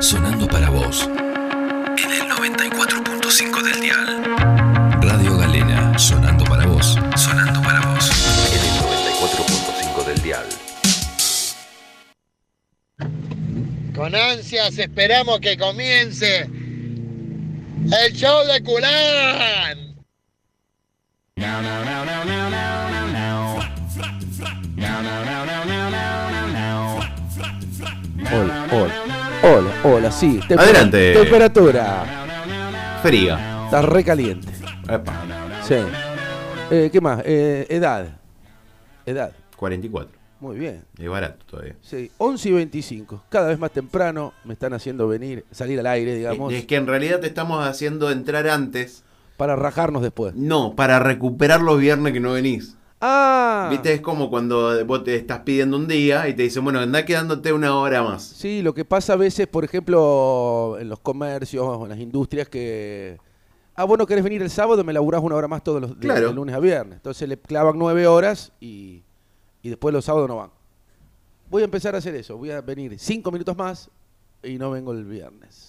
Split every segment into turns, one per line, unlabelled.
sonando para vos. En el 94.5 del dial. Radio Galena, sonando para vos, sonando para vos. En el 94.5 del dial.
Con ansias esperamos que comience el show de Culán.
Hola, hola, hola, hola, sí. Tempera-
Adelante.
Temperatura.
Fría.
Está recaliente.
Epa,
Sí. Eh, ¿Qué más? Eh, edad. Edad.
44.
Muy bien.
Es barato todavía.
Sí. 11 y 25. Cada vez más temprano me están haciendo venir, salir al aire, digamos,
Y Es que en realidad te estamos haciendo entrar antes.
para rajarnos después.
No, para recuperar los viernes que no venís.
Ah.
Viste, es como cuando vos te estás pidiendo un día y te dicen, bueno, andá quedándote una hora más.
Sí, lo que pasa a veces, por ejemplo, en los comercios o en las industrias que... Ah, vos no querés venir el sábado, me laburás una hora más todos los de-
Claro.
de lunes a viernes. Entonces le clavan nueve horas y, y después los sábados no van. Voy a empezar a hacer eso. Voy a venir cinco minutos más y no vengo el viernes.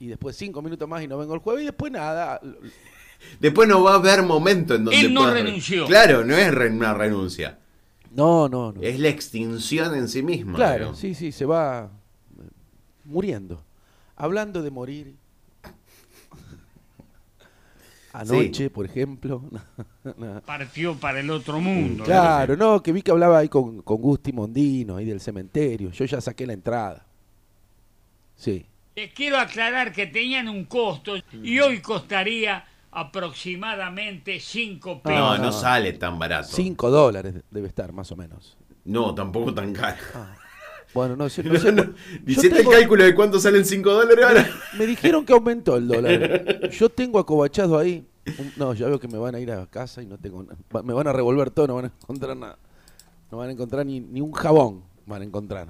Y después cinco minutos más y no vengo el jueves. Y después nada.
Después no va a haber momento en donde.
Él no
puedas-
renunció.
Claro, no es re- una renuncia.
No, no, no.
Es la extinción en sí misma.
Claro,
creo.
sí, sí, se va eh, muriendo. Hablando de morir. Anoche, por ejemplo. no,
Partió para el otro mundo.
claro, no, que vi que hablaba ahí con, con Gusti Mondino, ahí del cementerio. Yo ya saqué la entrada. Sí.
Les quiero aclarar que tenían un costo y hoy costaría aproximadamente 5 pesos.
No, no,
no.
sale tan barato.
Cinco dólares debe estar, más o menos.
No, tampoco tan caro.
Bueno, no sé. No
No,
sé,
no.
Ah, yo
Hiciste
tengo-
el cálculo de cuánto salen 5 dólares ahora.
Me dijeron que aumentó el dólar. Yo tengo acobachado ahí. un- No, ya veo que me van a ir a casa y no tengo na- va- Me van a revolver todo, no van a encontrar nada. No van a encontrar ni, ni un jabón. Van a encontrar.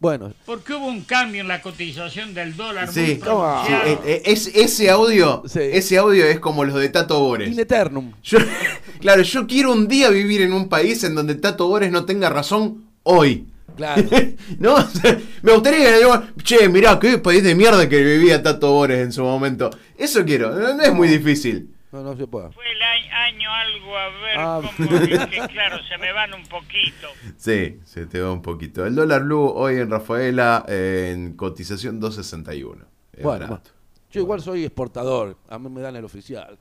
Bueno,
Porque hubo un cambio en la cotización del dólar.
Sí,
muy
sí,
pronunciado.
eh,
este-
eh, es, ese audio,
Sí.
ese audio es como los de Tato Bores.
in eternum.
Yo- claro, yo quiero un día vivir en un país en donde Tato Bores no tenga razón hoy.
Claro.
¿No? O sea, me gustaría que digan, che, mirá, qué país de mierda que vivía Tato Bores en su momento. Eso quiero, no, no es muy difícil.
No, no se puede.
Fue el a- año algo a ver
Ah.
cómo es que, claro, se me van un poquito.
Sí, se te va un poquito. El dólar blue hoy en Rafaela eh, en cotización 261. Es
Bueno,
barato.
bueno. yo igual soy exportador. A mí me dan el oficial.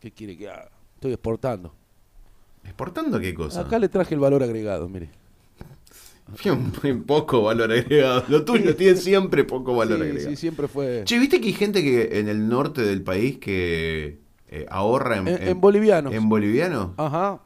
¿Qué quiere que haga? Estoy exportando.
¿Exportando qué cosa?
Acá le traje el valor agregado, mire.
Bien, muy poco valor agregado. Lo tuyo tiene siempre poco valor
Sí,
agregado.
sí, siempre fue.
Che, ¿viste que hay gente que en el norte del país que eh, ahorra en,
En- en bolivianos. Ah,
¿En boliviano?
Ajá.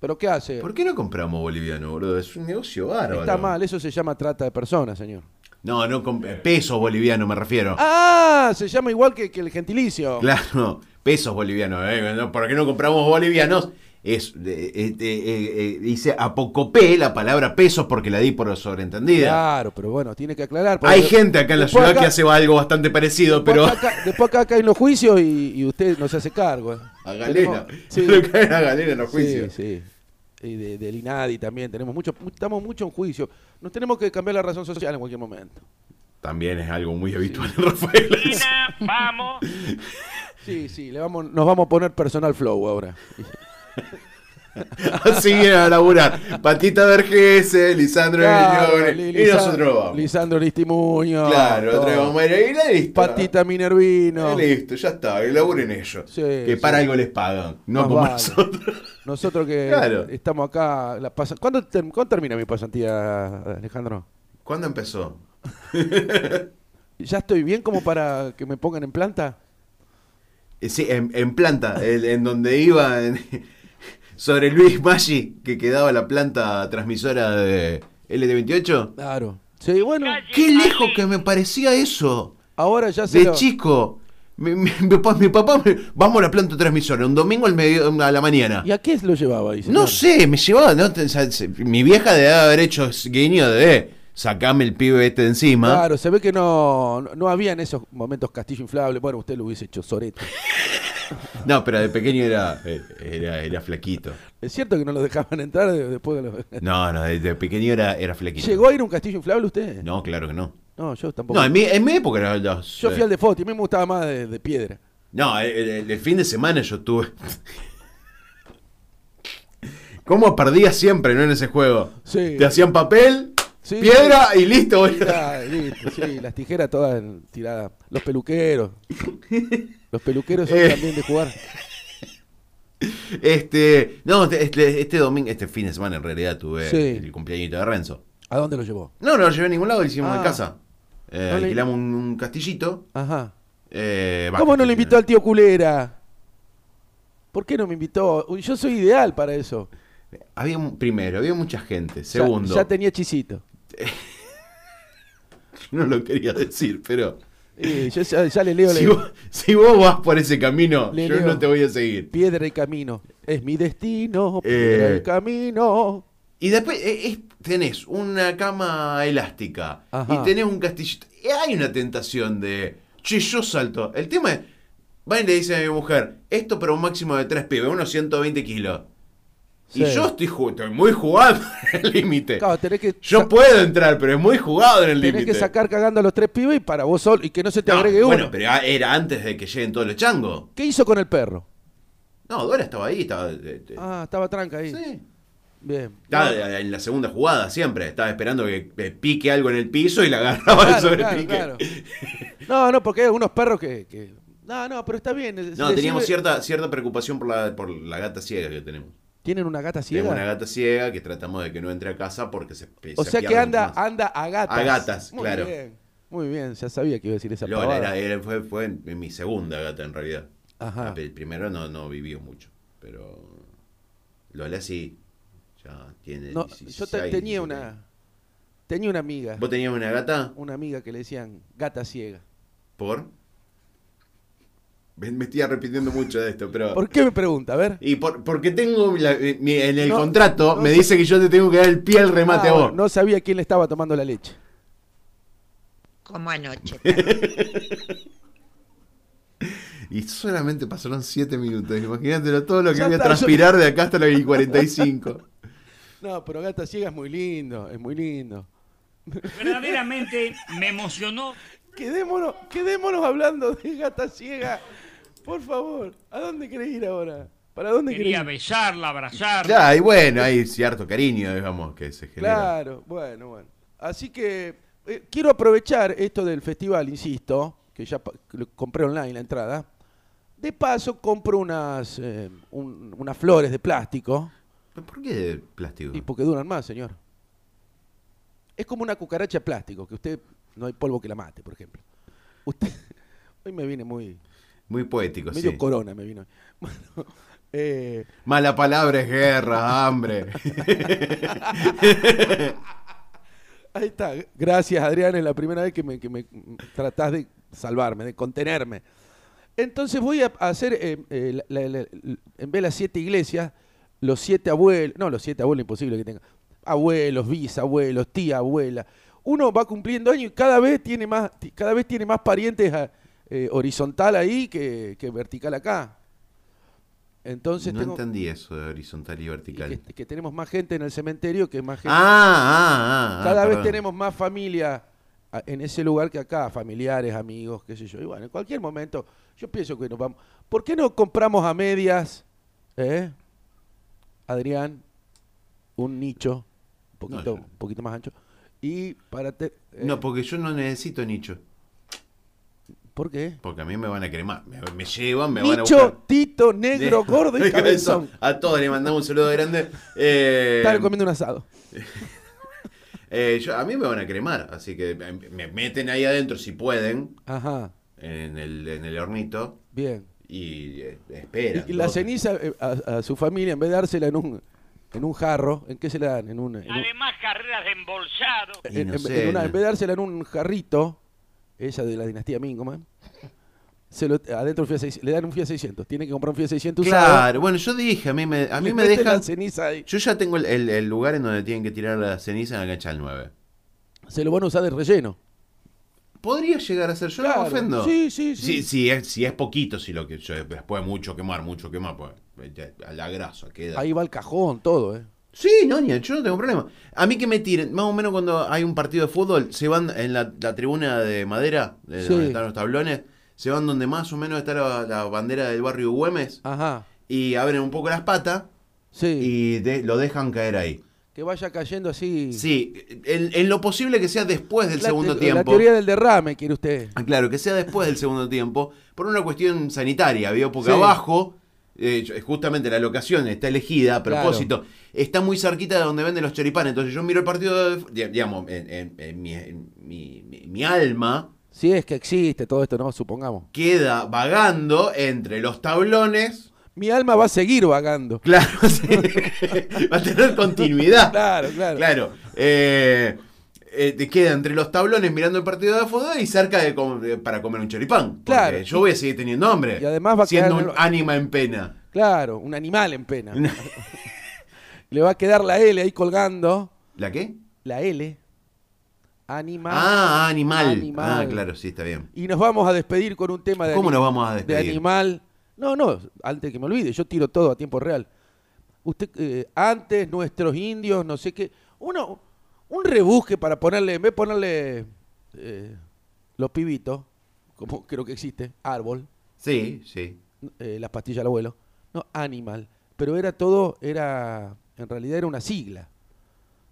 ¿Pero qué hace?
¿Por qué no compramos boliviano, boludo? Es un negocio bárbaro.
Está mal, eso se llama trata de personas, señor.
No, no, comp- eh, pesos bolivianos me refiero.
Ah, se llama igual que, que el gentilicio.
Claro, pesos bolivianos. eh, no, ¿Por qué no compramos bolivianos? Es, eh, eh, eh, eh, dice apocopé la palabra pesos porque la di por sobreentendida.
Claro, pero bueno, tiene que aclarar. porque
Hay gente acá en la
después
ciudad
acá-
que hace algo bastante parecido,
después
pero...
Acá, después acá caen los juicios y, y usted no se hace cargo. eh.
A Galena.
Tenemos-
Sí.
Sí,
Lo caen a Galena en los
sí,
juicios.
sí. Y de- del INADI también tenemos mucho, mu- estamos mucho en juicio. Nos tenemos que cambiar la razón social en cualquier momento.
También es algo muy habitual en Rafaela.
China, vamos.
Sí, sí, le vamos, nos vamos a poner personal flow ahora.
Así vienen a laburar. Patita Vergese, Lisandro
Claro,
Migliore,
Li-
y
Lisan-
nosotros vamos.
Lisandro Aristimuño.
claro,
todo.
otra vez vamos a ir ahí, la listo.
Patita Minervino.
Y Listo, ya está, que laburen ellos.
Sí,
que
sí.
para algo les pagan, no
Más
como
vale.
nosotros.
Nosotros que
Claro.
estamos acá. La pasa- ¿Cuándo, ter- cuándo termina mi pasantía, Alejandro?
¿Cuándo empezó?
¿Ya estoy bien como para que me pongan en planta?
Eh, Sí, en, en planta, el- en donde iba en- sobre Luis Maggi, que quedaba la planta transmisora de LT28.
Claro. Sí, bueno,
Qué lejos que me parecía eso.
ahora ya se
De
lo-
chico. Mi, mi- mi papá, mi papá me- vamos a la planta transmisora, un domingo al medio- a la mañana.
¿Y a qué lo llevaba ahí,
No
señor?
sé, me llevaba. ¿no? Te- sa- se- Mi vieja debe haber hecho guiño de "Eh, sacame el pibe este de encima.
Claro, se ve que no, no había en esos momentos castillo inflable. Bueno, usted lo hubiese hecho sorete.
No, pero de pequeño era, eh, era, era flaquito.
¿Es cierto que no lo dejaban entrar de- después de los...
No, no, de, de pequeño era, era flaquito.
¿Llegó a ir a un castillo inflable usted?
No, claro que no.
No, yo tampoco.
No, en mi, en mi época era los-
yo fui al de Foti, a mí me gustaba más de, de piedra.
No, el, el- el fin de semana yo tuve. ¿Cómo perdía siempre, no en ese juego?
Sí.
Te hacían papel,
Sí.
piedra y listo, boludo.
Mirá, listo, sí, las tijeras todas en- tiradas. Los peluqueros. Los peluqueros son
Eh.
también de jugar.
Este, no, este, este, este domingo, este fin de semana en realidad tuve
Sí.
el cumpleañito de Renzo.
¿A dónde lo llevó?
No, no lo llevé a ningún lado, lo hicimos
Ah.
en casa. Eh,
No le-
alquilamos un, un castillito.
Ajá.
eh, va,
¿Cómo no lo
castillo,
invitó al tío Culera? ¿Por qué no me invitó? Uy, Yo soy ideal para eso.
Había, un- primero, había mucha gente.
Ya-
Segundo,
Ya, tenía chisito.
no lo quería decir, pero
Eh, yo ya, ya le leo
si
la
vos, si vos vas por ese camino,
Le
yo
leo.
no te voy a seguir.
piedra y camino. Es mi destino, piedra
Eh.
y camino.
Y después eh, es- tenés una cama elástica
Ajá.
y tenés un castillito. Y hay una tentación de, che, yo salto. El tema es, va y le dice a mi mujer, esto para un máximo de tres pibes, unos 120 kilos.
Sí.
Y yo estoy, ju- estoy muy jugado en el límite.
Claro, tenés que,
Yo
sa-
puedo entrar, pero es muy jugado en el
tenés
límite.
que sacar cagando a los tres pibes y para vos solo, y que no se te
No,
agregue
Bueno,
uno.
pero a- era antes de que lleguen todos los changos.
¿Qué hizo con el perro?
No, Dora estaba ahí, estaba... eh, eh,
Ah, estaba tranca ahí.
sí.
Bien.
Estaba en la segunda jugada siempre. Estaba esperando que eh, pique algo en el piso y la agarraba
Claro,
sobre
claro,
pique.
claro. No, no, porque hay algunos perros que. que- No, no, pero está bien. le-
No,
le
teníamos
sirve-
cierta, cierta preocupación por la, por la gata ciega que tenemos.
¿Tienen una gata ciega?
Tenemos una gata ciega que tratamos de que no entre a casa porque se
o
se
sea que
pierde
anda,
más.
anda a gatas.
A gatas,
Muy
claro.
Bien. Muy bien, ya sabía que iba a decir esa
Lola
palabra.
era- era- fue, fue mi segunda gata en realidad.
Ajá.
La pe- primero no, no vivió mucho, pero Lola sí. Ya tiene
No,
16,
yo te- tenía
17.
una. Tenía una amiga.
¿Vos tenías una gata?
Una amiga que le decían gata ciega.
¿Por? Me, me estoy arrepintiendo mucho de esto, pero...
¿Por qué me pregunta? A ver.
Y por- porque tengo la- eh, mi- en el
No,
contrato
no
me
sé.
dice que yo te tengo que dar el pie al remate
Ah,
a vos.
bueno, No sabía quién le estaba tomando la leche.
Como anoche.
Y solamente pasaron 7 minutos. Imagínatelo todo lo que
Ya
voy a
está, yo-
transpirar de acá hasta la 45.
No, pero gata ciega es muy lindo, es muy lindo.
Verdaderamente me emocionó
Quedémonos, quedémonos hablando de gata ciega. Por favor, ¿a dónde querés ir ahora? ¿Para dónde querés
Quería
ir?
besarla, abrazarla.
ya, y bueno, hay cierto cariño, digamos, que se genera.
Claro, bueno, bueno. Así que eh, quiero aprovechar esto del festival, insisto, que ya pa- que lo compré online la entrada. De paso compro unas, eh, un- unas flores de plástico.
¿Pero ¿Por qué de plástico?
Y porque duran más, señor. Es como una cucaracha de plástico, que usted no hay polvo que la mate, por ejemplo. Usted hoy me viene muy
Muy poético,
medio
sí.
corona me vino. hoy. Bueno, eh,
Mala palabra es guerra, hambre.
ahí está. Gracias, Adrián, es la primera vez que me, que me tratás de salvarme, de contenerme. Entonces voy a hacer, eh, eh, la- la- la- en vez de las siete iglesias, los siete abuelos, no, los siete abuelos, imposible que tenga, abuelos, bisabuelos, tía, abuela. Uno va cumpliendo años y cada vez tiene más, ti- cada vez tiene más parientes ah, eh, horizontal ahí que, que vertical acá. Entonces
no
tengo
entendí eso de horizontal y
y
vertical.
que, que tenemos más gente en el cementerio que más gente.
Ah, ah, ah.
Cada
ah,
vez
perdón.
tenemos más familia a- en ese lugar que acá, familiares, amigos, qué sé yo. Y bueno, en cualquier momento, yo pienso que nos vamos. ¿Por qué no compramos a medias, eh? Adrián, un nicho, un poquito,
No, yo-
un poquito más ancho. Y para te- eh,
No, porque yo no necesito nicho.
¿por qué?
Porque a mí me van a cremar. Me, me llevan, me van a buscar.
Nicho, tito, negro, gordo y cabezón.
A todos le mandamos un saludo grande. Eh,
Están comiendo un asado.
Eh, yo- a mí me van a cremar, así que me- me meten ahí adentro si pueden,
Ajá,
en el, en el hornito,
bien.
y eh,
Y-
esperan.
Y la
dos, tres.
ceniza eh, a, a su familia, en vez de dársela en un, en un jarro, ¿en qué se la dan? En un, en un-
Además, carreras de embolsado.
Y
en,
no
en-
sé,
en una-
no-
en vez de dársela en un jarrito, esa de la dinastía Mingoman, se lo, adentro el Fiat 600, le dan un Fiat 600. Tiene que comprar un Fiat 600 usado.
Claro, bueno, yo dije, a mí me, a mí
le
me
meten la
dejan...
ceniza ahí.
Yo ya tengo el, el- el lugar en donde tienen que tirar la ceniza en la cancha del 9.
Se lo van a usar de relleno.
Podría llegar a ser, yo no
Claro.
me ofendo.
Sí, sí, sí.
Si, si es, si es poquito, si lo que yo- después mucho quemar, mucho quemar, pues ya, a la grasa queda.
Ahí va el cajón, todo, ¿eh?
Sí, no, ni- yo no tengo problema. A mí que me tiren, más o menos cuando hay un partido de fútbol, se van en la, la tribuna de madera, de
Sí.
donde están los tablones, se van donde más o menos está la, la bandera del barrio Güemes
Ajá.
y abren un poco las patas
Sí.
y de- lo dejan caer ahí.
Que vaya cayendo así.
Sí, en, en lo posible que sea después del
La
segundo
te- La
tiempo.
teoría del derrame, quiere usted.
Ah, Claro, que sea después del segundo tiempo, por una cuestión sanitaria, ¿vio? Porque
Sí.
abajo, eh, yo- justamente la locación está elegida a propósito, está muy cerquita de donde venden los choripanes. Entonces yo miro el partido, de- di- digamos, en, en- en mi, en mi- mi- mi alma
Si es que existe todo esto, ¿no? Supongamos.
queda vagando entre los tablones.
Mi alma va a seguir vagando.
Claro, sí, va a tener continuidad.
Claro, claro.
Claro. eh, eh, te queda entre los tablones mirando el partido de fútbol y cerca de com- de- para comer un choripán. Porque
Claro.
Yo voy a seguir teniendo hambre.
Y además va a
siendo
quedar-
un ánima en pena.
Claro, un animal en pena. Le va a quedar la L ahí colgando.
¿La qué?
La L. Animal.
Ah, animal.
Animal.
Ah, claro, sí, está bien.
Y nos vamos a despedir con un tema de
¿Cómo
ani-
nos vamos a
de
despedir?
animal. No, no, antes que me olvide, yo tiro todo a tiempo real. Usted, eh, antes nuestros indios, no sé qué. Uno, un rebusque para ponerle, en vez de ponerle eh, los pibitos, como creo que existe, árbol,
Sí, sí.
eh, las pastillas al abuelo. No, animal. Pero era todo, era, en realidad era una sigla,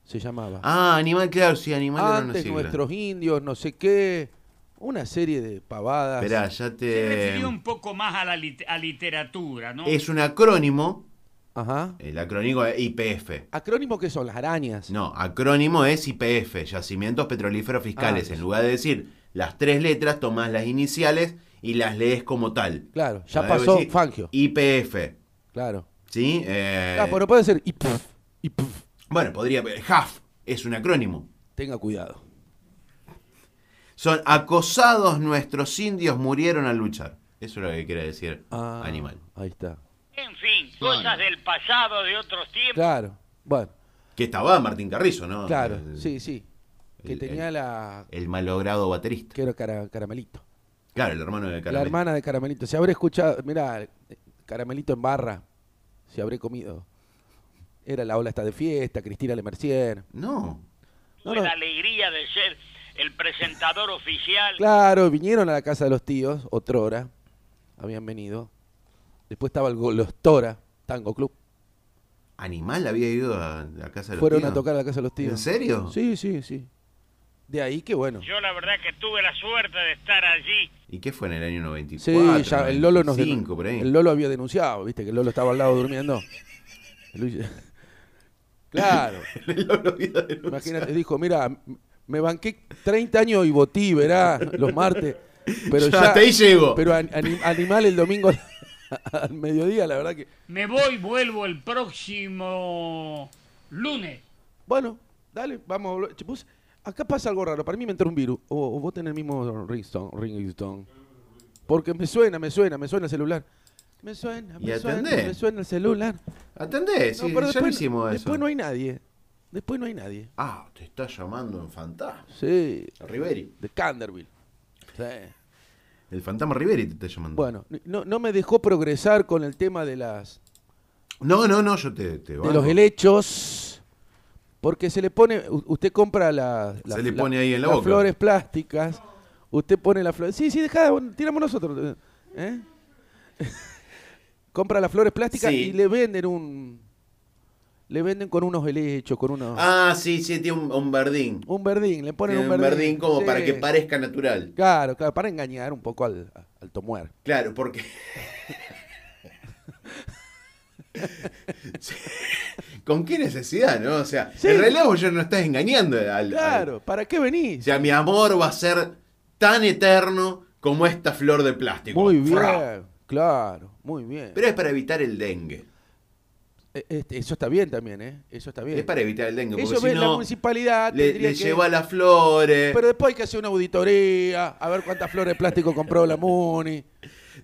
se llamaba
Ah, animal, claro, sí, animal era una
antes
sigla.
nuestros indios, no sé qué, una serie de pavadas.
Esperá, ya
Se
te.
refirió un poco más a la lit- a literatura, ¿no?
Es un acrónimo.
Ajá.
El acrónimo es IPF.
Acrónimo que son las arañas.
No, acrónimo es IPF, Yacimientos Petrolíferos Fiscales.
Ah,
en lugar de decir las tres letras, tomás las iniciales y las lees como tal.
Claro, ya
Ah,
pasó
debo decir,
Fangio.
IPF.
Claro.
¿Sí? Eh,
Ah, pero puede ser y puf, y puf.
Bueno, podría. eh, HAF es un acrónimo.
Tenga cuidado.
Son acosados nuestros indios murieron al luchar. Eso es lo que quiere decir
Ah,
animal.
Ahí está.
En fin, cosas del pasado, de otros tiempos.
Claro. Bueno,
Que estaba Martín Carrizo, ¿no?
claro.
El-
sí, sí. Que
el-
tenía
el-
la.
El malogrado baterista.
Que era cara- caramelito.
Claro, el hermano de
La
Carrizo.
hermana de caramelito. Se habré escuchado. Mira, caramelito en barra. Se habré comido. Era la ola esta de fiesta, Cristina Lemercier.
No.
No,
Tuve
no.
la alegría de ser el presentador oficial.
Claro, vinieron a la casa de los tíos, otrora, habían venido. Después estaba el Golostora, Tango Club.
Animal había ido a la casa de los
Fueron
tíos.
a tocar a la casa de los tíos.
¿En serio?
Sí, sí, sí. De ahí que bueno.
Yo la verdad que tuve la suerte de estar allí.
¿Y qué fue en el año 94?
Sí, ya el Lolo nos denun-
95, eh, por ahí.
El Lolo había denunciado, viste, que el Lolo estaba al lado durmiendo. Luis- Claro,
El Lolo había denunciado.
imagínate, dijo, mira, me banqué 30 años y votí, verá, los martes. Pero
Ya,
ya,
hasta ahí llego.
Pero an- anim- animal el domingo al mediodía, la verdad que...
Me voy, vuelvo el próximo lunes.
Bueno, dale, vamos. a hablar. Che, vos- acá pasa algo raro. Para mí me entró un virus. O, o vos tenés el mismo ringtone, ringtone. Porque me suena, me suena, me suena el celular. Me suena,
Y
me suena,
atendé.
me suena el celular.
Atendé, sí,
No,
ya
pero
lo
después,
hicimos eso.
después no hay nadie. Después no hay nadie.
Ah, te está llamando en fantasma.
Sí,
Riveri.
de Canderville. Sí.
El fantasma Riveri te está llamando.
Bueno, no, no me dejó progresar con el tema de las
No, no, no, yo te, te
de
banco.
los helechos. Porque se le pone, u- usted compra la, la-
Se le
la-
pone ahí en la
las
boca.
flores plásticas, usted pone la flor. Sí, sí, dejá, bueno, tiramos nosotros. ¿eh? compra las flores plásticas
Sí.
y le venden un. Le venden con unos helechos, con unos.
Ah, sí, sí, tiene un, un verdín.
un verdín, le ponen
Tiene
un verdín.
como
sí.
para que parezca natural.
Claro, claro, para engañar un poco al, al tomuer.
Claro, porque. Sí. ¿Con qué necesidad, no? O sea,
Sí.
el relajo ya no estás engañando al- al.
Claro, ¿para qué
O
venís?
sea, mi amor va a ser tan eterno como esta flor de plástico.
Muy bien,
Fra.
claro, muy bien.
Pero es para evitar el dengue.
Eh, este, eso está bien también, ¿eh? Eso está bien.
Es para evitar el dengue. Porque
Eso
si
ve la
no,
municipalidad.
le,
tendría
le
que-
lleva las flores.
Pero después hay que hacer una auditoría, a ver cuántas flores de plástico compró la Muni.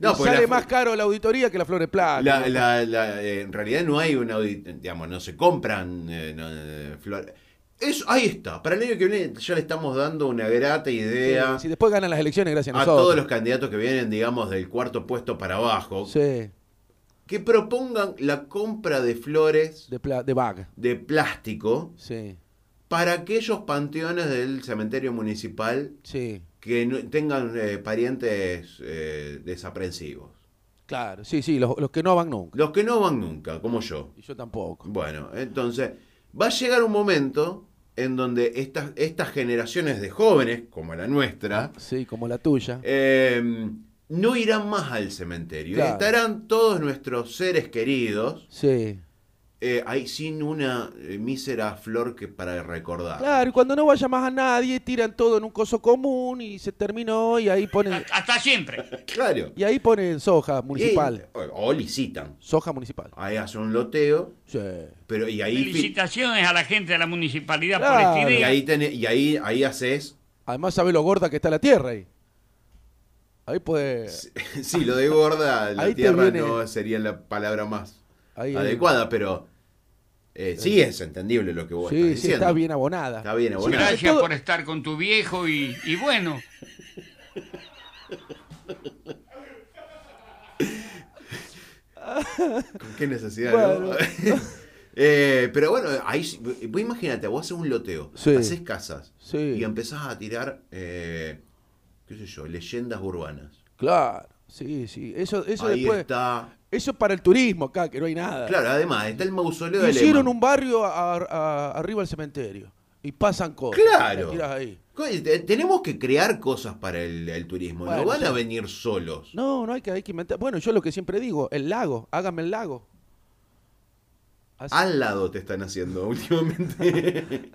No,
Y
porque
sale
la-
más caro la auditoría que la flor de plástico.
La- la- la- eh, en realidad no hay una audit- digamos, no se compran eh, no, eh, flores. Eso, ahí está. Para el año que viene ya le estamos dando una grata idea
Sí, Si después ganan las elecciones, gracias a
a
nosotros.
todos los candidatos que vienen, digamos, del cuarto puesto para abajo.
Sí.
que propongan la compra de flores
De, pla- de bag.
de plástico
Sí,
para aquellos panteones del cementerio municipal
sí.
que no- tengan eh, parientes eh, desaprensivos.
Claro, sí, sí, los, los que no van nunca.
Los que no van nunca, como yo.
Y yo tampoco.
Bueno, entonces va a llegar un momento en donde estas, estas generaciones de jóvenes, como la nuestra,
Sí, como la tuya.
eh, no irán más al cementerio.
Claro.
Estarán todos nuestros seres queridos
Sí.
eh, ahí sin una eh, mísera flor que para recordar.
Claro, y cuando no vaya más a nadie, tiran todo en un coso común y se terminó y ahí ponen,
Hasta siempre.
Claro.
y ahí ponen soja municipal.
Y- o, o licitan.
Soja municipal.
Ahí hace un loteo,
Sí.
pero y ahí, fi-
Felicitaciones a la gente de la municipalidad por este
Claro.
esta
y
idea.
ahí, tenés- y ahí, ahí haces.
Además, sabe lo gorda que está la tierra ahí. Ahí puede.
Sí, lo de gorda, la
Ahí te
tierra
viene-
no sería la palabra más
Ahí-
adecuada, pero eh, sí es entendible lo que vos
Sí,
estás
sí,
pues, diciendo.
está bien abonada.
Está bien abonada.
porque
Gracias
todo-
por estar con tu viejo y, y bueno,
¿Con qué necesidad?
Bueno.
no? Eh, pero bueno, ahí sí- vos imagínate, vos haces un loteo,
Sí.
haces casas
Sí.
y empezás a tirar, eh, qué sé yo, leyendas urbanas.
Claro, sí, sí. Eso, eso
ahí
después.
está.
Eso es para el turismo acá, que no hay nada.
Claro, además, está el mausoleo de
Hicieron
Lehman.
un barrio a- a- arriba del cementerio. Y pasan cosas.
Claro.
Las tirás ahí.
Co- eh, te- Tenemos que crear cosas para el, el turismo,
Bueno,
no van
sí.
a venir solos.
No, no hay que, hay que inventar. Bueno, yo lo que siempre digo, el lago, hágame el lago. Así-
Al lado te están haciendo últimamente.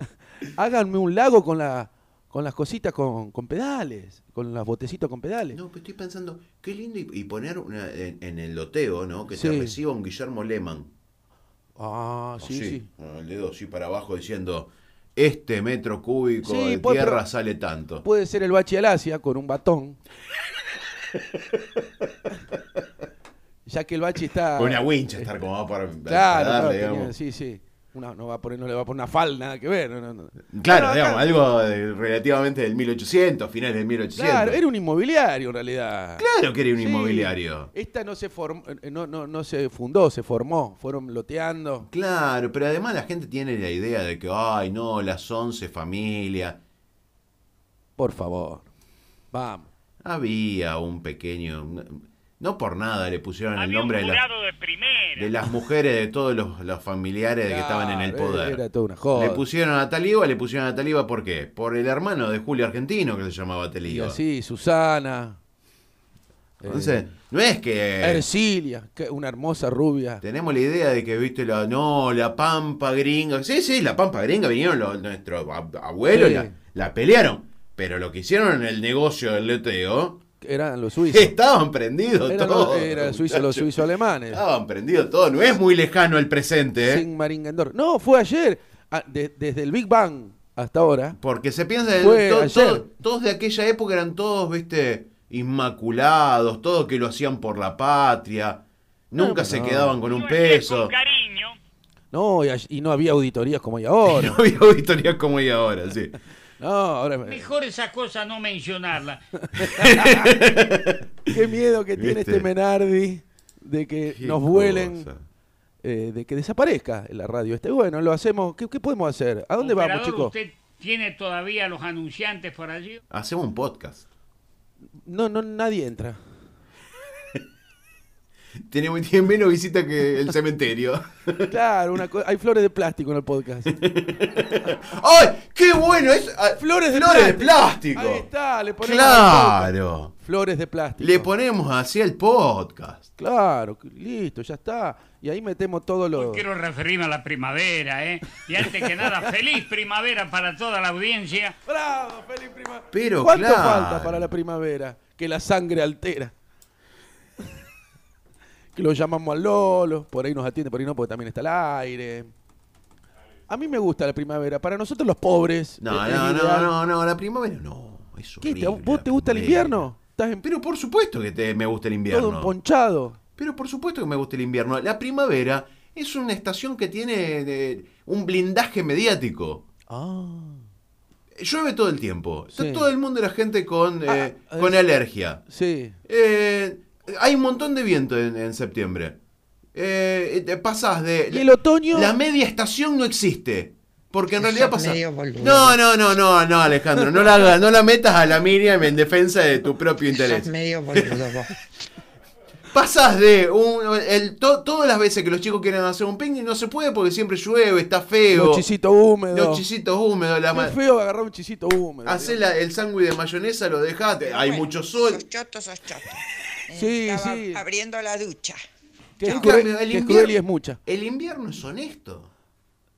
Háganme un lago con la, con las cositas con, con pedales, con los botecitos con pedales.
no, pero estoy pensando, qué lindo, y, y poner una- en, en el loteo, ¿no? Que
Sí.
te reciba un Guillermo Lehmann.
Ah, sí,
Así,
sí.
con El dedo así para abajo diciendo, este metro cúbico
Sí,
de
puede-
tierra
pero-
sale tanto.
Puede ser el bachi al Asia con un batón. ya que el bachi está.
Con una wincha estar como para, para
Claro, claro,
darle,
tenía-
digamos.
sí, sí. Una- no, va a poner, no le va a poner una fal, nada que ver. no, no, no.
Claro,
Bueno,
digamos,
acá-
algo de- relativamente del 1800, finales del 1800.
Claro, era un inmobiliario en realidad.
Claro que era un
Sí.
inmobiliario.
Esta no se, formó, eh, no, no, no se fundó, se formó. Fueron loteando.
Claro, pero además la gente tiene la idea de que, ay, no, las 11 familias.
Por favor. Vamos.
Había un pequeño. No por nada le pusieron el nombre de, la-
de primera.
de las mujeres de todos los, los familiares Eh, que estaban en el
Claro,
poder.
Era toda una joda.
Le pusieron a Taliba, le pusieron a Taliba ¿por qué? Por el hermano de Julio Argentino que se llamaba
Y
Taliba.
así, eh. Susana.
Entonces, no es que
Ercilia, que- una hermosa rubia.
tenemos la idea de que viste la no, la pampa gringa. Sí, sí, la pampa gringa vinieron los- nuestros ab- abuelos,
Sí.
la, la pelearon, pero lo que hicieron en el negocio del leteo
Eran los suizos.
estaban prendidos
Eran los,
todos.
era suizo, los
muchachos.
suizos alemanes.
Estaban prendidos todos, no es muy lejano el presente, Ah, ¿eh?
Sin Maringandor. No, fue ayer. Ah, de- desde el Big Bang hasta ahora.
Porque se piensa en
Fue
to-
ayer.
to- todos de aquella época eran todos, viste, inmaculados, todos que lo hacían por la
Ah,
patria, nunca
No,
se
no.
quedaban con un peso.
cariño.
No, y, all- y no había auditorías como hay
No
ahora.
había auditorías como hay ahora, sí.
No, ahora.
Mejor esa cosa no mencionarla.
Qué miedo que tiene
¿Viste?
este Menardi de que
Qué
nos vuelen,
cosa.
eh, de que desaparezca la radio. Este, bueno, lo hacemos. ¿Qué, qué podemos hacer? ¿A dónde vamos,
Operador,
chicos?
¿Usted tiene todavía los anunciantes por allí?
Oh.
Hacemos un podcast.
No, no, nadie entra.
Tiene, tiene menos visitas que el cementerio.
Claro, una co- hay flores de plástico en el podcast.
¡Ay! ¡Qué bueno! Es, ah,
Flores de
plástico.
plástico. Ahí está, le ponemos
Claro.
Flores de plástico.
Le ponemos así el podcast.
Claro, que- listo, ya está. Y ahí metemos todo lo.
Hoy Pues quiero referirme a la primavera, ¿eh? Y antes que nada, feliz primavera para toda la audiencia.
¡Bravo, feliz primavera!
Pero
¿Cuánto
claro.
falta para la primavera? Que la sangre altera. que lo llamamos al Lolo, por ahí nos atiende, por ahí no, porque también está al aire. A mí me gusta la primavera. Para nosotros los pobres.
No,
es- es
no, no,
ideal.
no, no, la primavera no. Es
¿Qué, te-
horrible
¿Vos
la
te gusta el
primavera.
invierno? Estás en
Pero por supuesto que te- me gusta el
todo
invierno.
emponchado.
Pero por supuesto que me gusta el invierno. La primavera es una estación que tiene eh, un blindaje mediático.
Ah.
Llueve todo el tiempo.
Sí.
Está todo el mundo y la gente con, eh,
Ah,
con
es-
alergia.
Sí.
Eh, hay un montón de viento en, en septiembre. eh, te pasás de.
¿Y el otoño?
La media estación no existe. Porque en
Sos
realidad pasa.
medio boludo.
No, no, no, no, no, Alejandro. No la, hagas- no la metas a la Miriam en defensa de tu propio
Sos
interés.
medio boludo vos.
Pasas de un, el, to- todas las veces que los chicos quieren hacer un picnic no se puede porque siempre llueve, está feo.
Los chisitos húmedos.
Los chisitos húmedos, la ma-
Qué feo agarrar un chisito húmedo.
Hacé la- el sándwich de mayonesa, lo dejaste. Hay
Bueno,
mucho sol.
Sos choto, sos choto. Eh,
Sí,
estaba
sí.
Abriendo la ducha.
Que es,
En
cruel,
cambio, el
que es
invierno-
cruel y es mucha.
El invierno es honesto.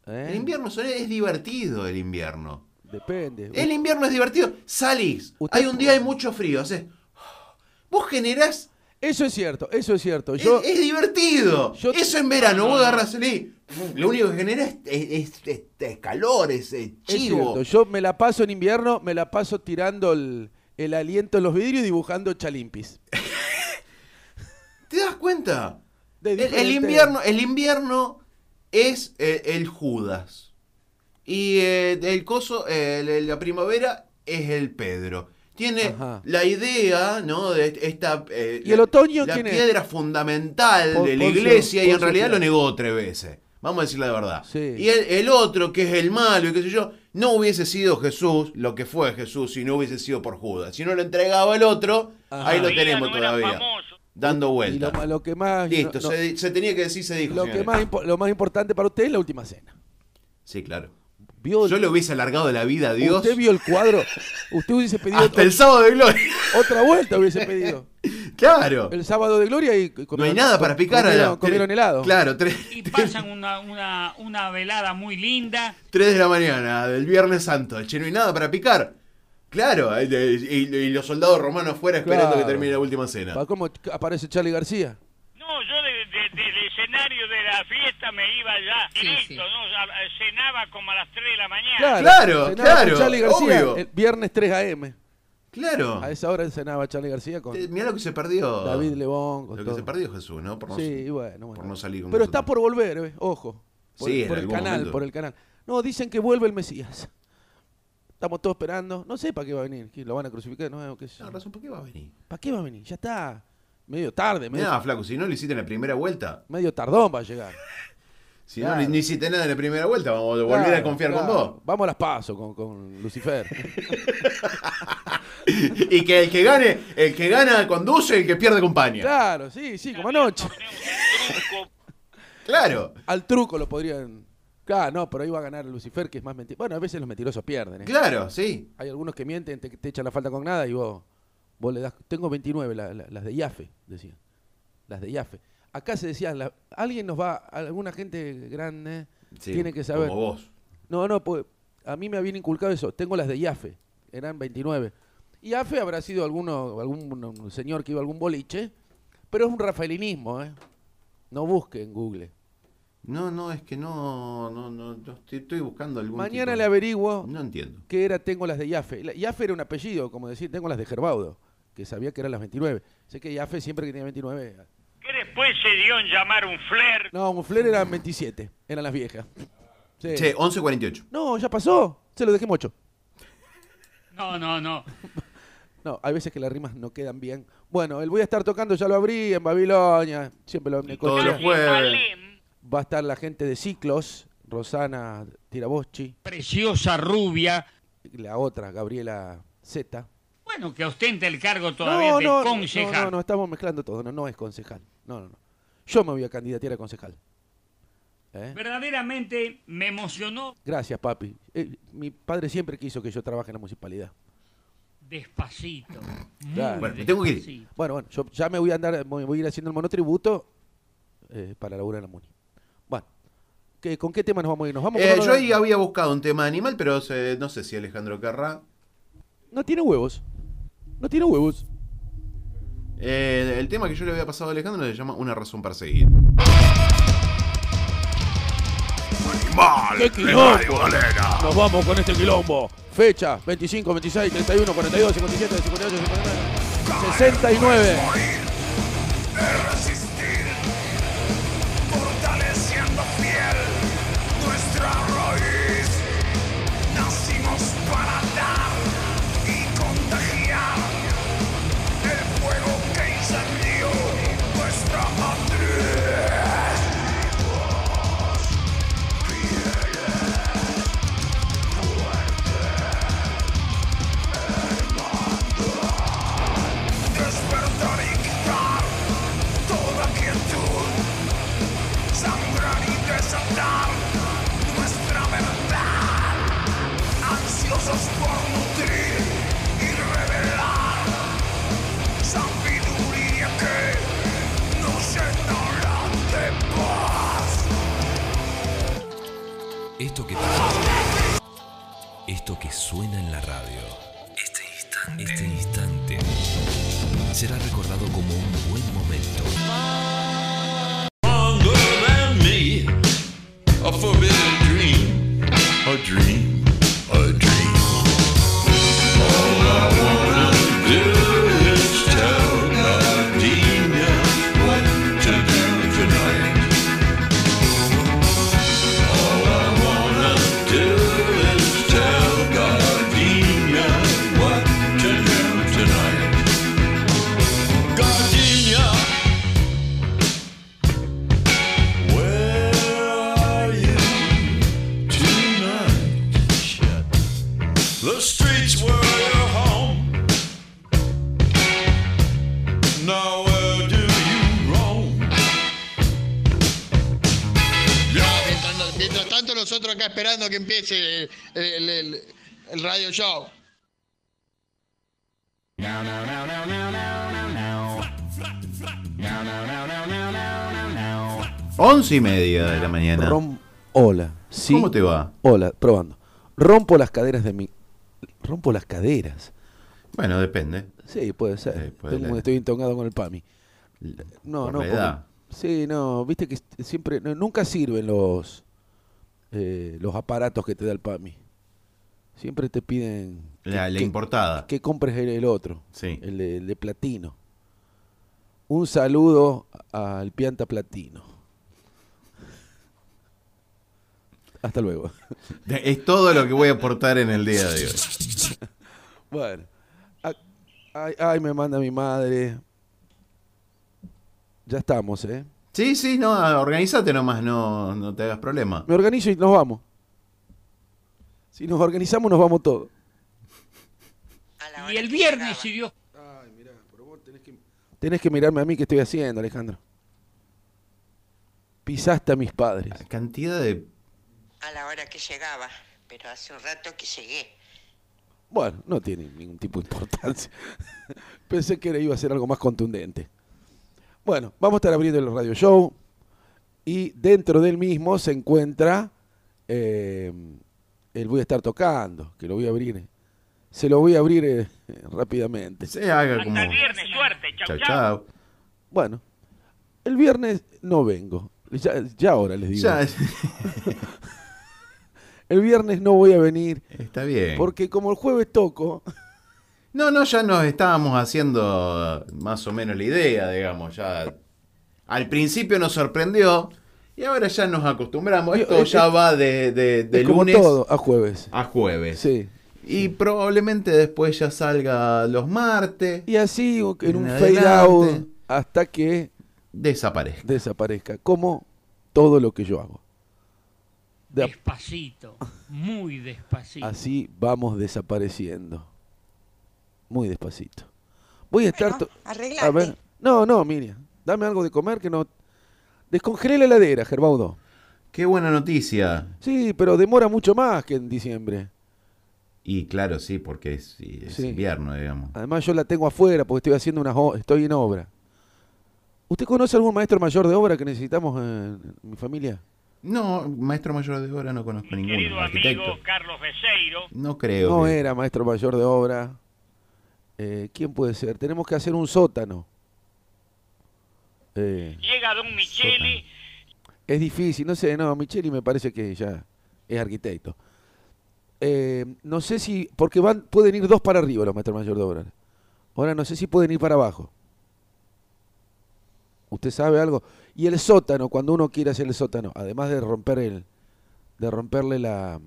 ¿eh?
El invierno es, honesto, es divertido el invierno.
Depende.
El invierno es divertido. Salís.
¿Eh? Usted-
Hay un día hay mucho frío. haces- Vos generás.
Eso es cierto, eso es cierto.
es-
Pues Yo,
es, divertido.
yo-
Eso en verano. Vos agarrás salís. Lo único que genera es, es- es- es calor, es, es
es
chivo.
cierto, yo me la paso en invierno, me la paso tirando el, el aliento en los vidrios y dibujando chalimpis.
¿Te das cuenta?
De
El- el,
diferente-
invierno, el invierno es eh, el Judas. Y eh, el coso, eh, el- la primavera es el Pedro. Tiene
Ajá.
la idea, ¿no? De esta. eh,
¿Y el
la-
otoño
La
quién es?
piedra fundamental
Pon-
de la
Poncio-
iglesia y en
Poncio
realidad lo
Pilato.
negó tres veces. Vamos a decir la verdad.
Sí.
Y el, el otro, que es el malo y qué sé yo, no hubiese sido Jesús lo que fue Jesús si no hubiese sido por Judas. Si no lo entregaba el otro,
Ajá.
ahí lo
Todavía
tenemos
no era
todavía.
famoso.
Dando
Y lo,
vueltas.
ma- lo que más.
Listo,
no-
se, di- se tenía que decir, se dijo.
lo, que
señores.
más impo- lo más importante para usted es la última cena.
Sí, claro.
¿Vio
Yo le hubiese alargado la vida a Dios.
Usted vio el cuadro. Usted hubiese pedido
hasta
otra,
el sábado de gloria.
otra vuelta, hubiese pedido.
claro.
El sábado de gloria y comieron,
no hay nada para picar. a
Comieron,
las
comieron
tres-
helado.
Claro, tres,
Y pasan una, una, una velada muy linda.
tres de la mañana del Viernes Santo. Che, no hay nada para picar. Claro, eh, eh, y, y los soldados romanos fuera esperando
Claro.
que termine la última cena.
Pa- ¿Cómo aparece Charlie García?
No, yo de- de- del escenario de la fiesta me iba ya
Sí,
directo,
sí.
¿no? Ya, eh, Cenaba como a las 3 de la mañana.
Claro,
cenaba
claro,
con Charlie García
obvio.
el viernes 3 a.m.
Claro.
A esa hora cenaba Charlie García con
Eh, Mirá lo que se perdió.
David Lebón. Con
Lo que
todo.
se perdió Jesús, ¿no? Por no-
Sí, bueno,
por
bueno.
no salir con
Pero
nosotros.
está por volver, eh, ojo. Por,
Sí, en
por el
algún
canal,
momento.
por el canal. No, dicen que vuelve el Mesías. Estamos todos esperando. No sé para qué va a venir. ¿Qué, ¿Lo van a crucificar? No, qué sé yo.
No, razón, ¿por qué va a venir?
¿Para qué va a venir? Ya está. Medio tarde, medio,
Mirá, flaco, si no lo hiciste en la primera vuelta,
medio tardón va a llegar.
si
Claro.
no ni- ni hiciste nada en la primera vuelta, vamos a volver a
Claro,
confiar con
claro.
vos.
Vamos a las paso con, con Lucifer.
Y que el que gane, el que gana conduce, el que pierde acompaña.
claro, sí, sí, como anoche.
Claro,
Al truco lo podrían. Claro, no, pero ahí va a ganar Lucifer, que es más mentiroso. Bueno, a veces los mentirosos pierden. ¿eh?
claro, sí.
Hay algunos que mienten, te, te echan la falta con nada y vos, vos le das. Tengo 29, la- la- las de IAFE, decían. Las de IAFE. Acá se decían, la- alguien nos va, alguna gente grande
Sí,
tiene que saber.
Como vos.
No, no, pues a mí me habían inculcado eso. Tengo las de IAFE, eran 29. IAFE habrá sido alguno, algún un señor que iba a algún boliche, pero es un rafaelinismo, ¿eh? No busque en Google.
No, no, es que no, no, no, no, estoy, estoy buscando algún.
Mañana
tipo-
le averiguo
No entiendo.
que era Tengo las de Yafe. La- Yafe era un apellido, como decir, tengo las de Gerbaudo, que sabía que eran las 29. Sé que Yafe siempre que tenía 29.
Que después se dio en llamar un flair.
No, Mufler eran 27, eran las viejas. Sí.
Che, 11.48.
No, ya pasó, se lo dejé mucho.
No, no, no.
No, hay veces que las rimas no quedan bien. Bueno, el voy a estar tocando, ya lo abrí en Babilonia, siempre lo me
Todos los
conté.
jueves.
Va a estar la gente de Ciclos, Rosana Tiraboschi,
Preciosa rubia.
la otra, Gabriela Z.
Bueno, que ostenta el cargo todavía
No,
de
no, no,
concejal.
no, no, estamos mezclando todo. No, no es concejal. No, no, no. Yo me voy a candidatear a concejal. ¿Eh?
Verdaderamente me emocionó
Gracias, papi. Eh, mi padre siempre quiso que yo trabaje en la municipalidad.
despacito. muy
Claro.
Bueno, me tengo que ir.
despacito.
Bueno, bueno, yo ya me voy a andar, voy, voy a ir haciendo el monotributo eh, para laburar en la muni. Bueno, ¿qué- ¿con qué tema nos vamos a ir? Nos vamos
Eh,
con
yo
uno-
ahí había buscado un tema animal, pero se- no sé si Alejandro querrá.
No tiene huevos. No tiene huevos.
Eh, el tema que yo le había pasado a Alejandro se llama Una razón para seguir.
¡Qué quilombo! Nos vamos con este quilombo. Fecha 25, 26, 31, 42, 57, 58, 59, 69.
resistir, fortaleciendo fiel nuestra raíz. Nacimos para dar y contagiar el fuego que incendió nuestra matriz.
Este será recordado como un buen momento.
Longer than me, a forbidden dream, a dream, a dream. All I wanna do is tell Nadina what to do tonight. All I wanna do is tell Gardenia what to do tonight. Gardenia. Where are you tonight? Shit. The streets were your home. Now where do you roam? You're
Mientras, no- mientras tanto nosotros acá esperando que empiece el, el- el- el radio show.
Once y media de la mañana.
Rom- hola. Sí.
¿Cómo te va?
Hola, probando. Rompo las caderas de mi. Rompo las caderas.
Bueno, depende.
Sí, puede ser.
Sí, puede
Tengo-
ser.
estoy intongado con el PAMI. No, no.
Por la
porque-
edad.
sí, no. Viste que s- siempre. no, nunca sirven los. eh, los aparatos que te da el PAMI. Siempre te piden.
La, la
que-
importada.
que compres el, el otro,
Sí.
el, de, el de platino. Un saludo a- al pianta platino. Hasta luego.
Es todo lo que voy a aportar en el día de hoy.
Bueno, a- ay, ay, me manda mi madre. Ya estamos, ¿eh?
Sí, sí, no, organizate nomás, no, no te hagas problema.
Me organizo y nos vamos. Si nos organizamos, nos vamos todos.
A la hora
Y el
que
viernes, si
llegaba.
Dios
Tenés que mirarme a mí qué estoy haciendo, Alejandro. Pisaste a mis padres.
La cantidad de.
A la hora que llegaba. Pero hace un rato que llegué.
Bueno, no tiene ningún tipo de importancia. Pensé que era- iba a ser algo más contundente. Bueno, vamos a estar abriendo el radio show y dentro del mismo se encuentra eh, el voy a estar tocando, que lo voy a abrir. Se lo voy a abrir eh, rápidamente.
Se haga como.
Hasta el viernes, suerte.
Chau,
Chau, chau.
chau.
Bueno, el viernes no vengo. Ya, ya ahora les digo.
Ya,
El viernes no voy a venir
está bien.
porque como el jueves toco,
No, no, ya nos estábamos haciendo más o menos la idea, digamos, ya. Al principio nos sorprendió y ahora ya nos acostumbramos.
Yo-
Esto
es-
ya va de, de- de
es como
lunes
todo a jueves.
a jueves.
Sí.
Y probablemente después ya salga los martes.
Y así en
En
un
adelante.
fade out hasta que
Desaparezca.
desaparezca, como todo lo que yo hago. De a-
despacito, muy despacito.
así vamos desapareciendo. Muy despacito. Voy a estar
Bueno,
to-
arreglate.
a ver, no, no, Miriam, dame algo de comer que no descongelé la heladera, Gerbaudo.
Qué buena noticia.
Sí, pero demora mucho más que en diciembre.
Y claro, sí, porque es, es
Sí.
invierno, digamos.
Además yo la tengo afuera porque estoy haciendo unas o- estoy en obra. ¿Usted conoce algún maestro mayor de obra que necesitamos en mi familia?
No, maestro mayor de obra no conozco
Mi
ninguno.
querido
arquitecto.
amigo Carlos Beseiro,
No creo.
No
que-
era maestro mayor de obra. Eh, ¿Quién puede ser? Tenemos que hacer un sótano. Eh,
llega Don Micheli,
es difícil, no sé, no, Micheli me parece que ya es arquitecto. Eh, no sé si, porque van, pueden ir dos para arriba los maestros mayor de obra. Ahora no sé si pueden ir para abajo. ¿Usted sabe algo? Y el sótano, cuando uno quiere hacer el sótano, además de romper el, de romperle la,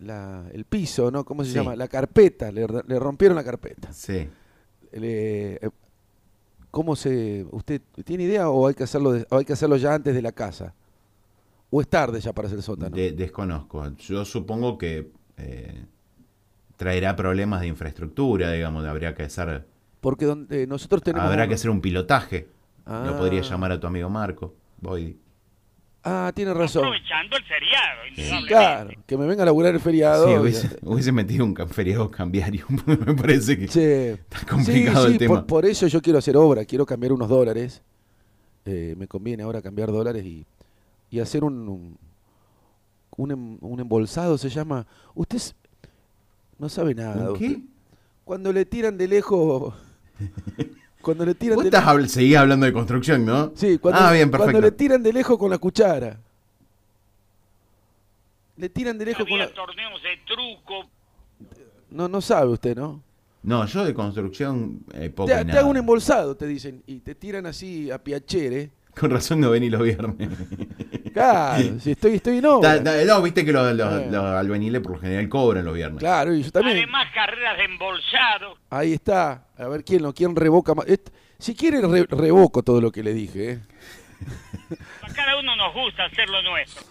la- el piso, ¿no? ¿Cómo se
Sí.
llama? La carpeta, le, r- le rompieron la carpeta.
Sí.
Le- eh, ¿Cómo se, usted tiene idea o hay que hacerlo, de- o hay que hacerlo ya antes de la casa? O es tarde ya para hacer el sótano.
De- desconozco. Yo supongo que eh, traerá problemas de infraestructura, digamos, habría que hacer,
Porque donde, eh, nosotros tenemos.
habrá
un-
que hacer un pilotaje.
Ah.
Lo podría llamar a tu amigo Marco. Voy.
Ah, tiene razón.
aprovechando el feriado, indudablemente.
Claro, que me venga a laburar el feriado.
Sí,
y-
hubiese, hubiese metido un cam- feriado cambiario, me parece que
Che.
está complicado
Sí,
el
sí,
tema.
Por, por eso yo quiero hacer obra, quiero cambiar unos dólares. Eh, me conviene ahora cambiar dólares y, y hacer un, un, un em- un embolsado, se llama. Usted s- no sabe nada.
¿Un
usted.
qué?
Cuando le tiran de lejos. Cuando le tiran
Vos
de
estás,
lejos.
habl- seguís hablando de construcción, ¿no?
Sí, cuando,
ah, bien,
cuando le
perfecto.
tiran de lejos con la cuchara. Le tiran de lejos con
Había
la.
torneos de truco.
No, no sabe usted, ¿no?
No, yo de construcción eh, poco
Te,
y
te
nada.
hago un embolsado, te dicen. Y te tiran así a piachere.
Con razón no vení los viernes.
Claro, si estoy, estoy no.
Ta- ta- no, viste que los, los-
Eh.
los albañiles por lo general cobran los viernes.
Claro, y yo también.
Además, carreras de embolsado.
Ahí está. A ver quién lo, quién revoca más. Est- Si quiere, re- revoco todo lo que le dije. ¿eh?
A cada uno nos gusta hacer lo nuestro.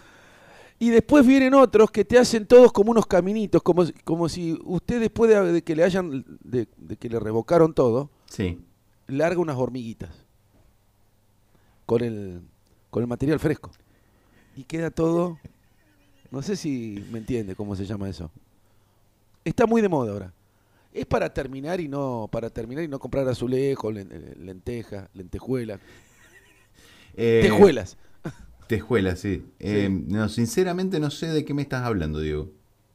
Y después vienen otros que te hacen todos como unos caminitos, como, si- como si usted después de, de que le hayan, de, de que le revocaron todo,
Sí.
larga unas hormiguitas con el, con el material fresco. Y queda todo, no sé si me entiende cómo se llama eso. Está muy de moda ahora. Es para terminar y no, para terminar y no comprar azulejos, len- lentejas, lentejuelas,
Eh,
tejuelas.
Tejuelas, sí. Eh, no, sinceramente no sé de qué me estás hablando, Diego.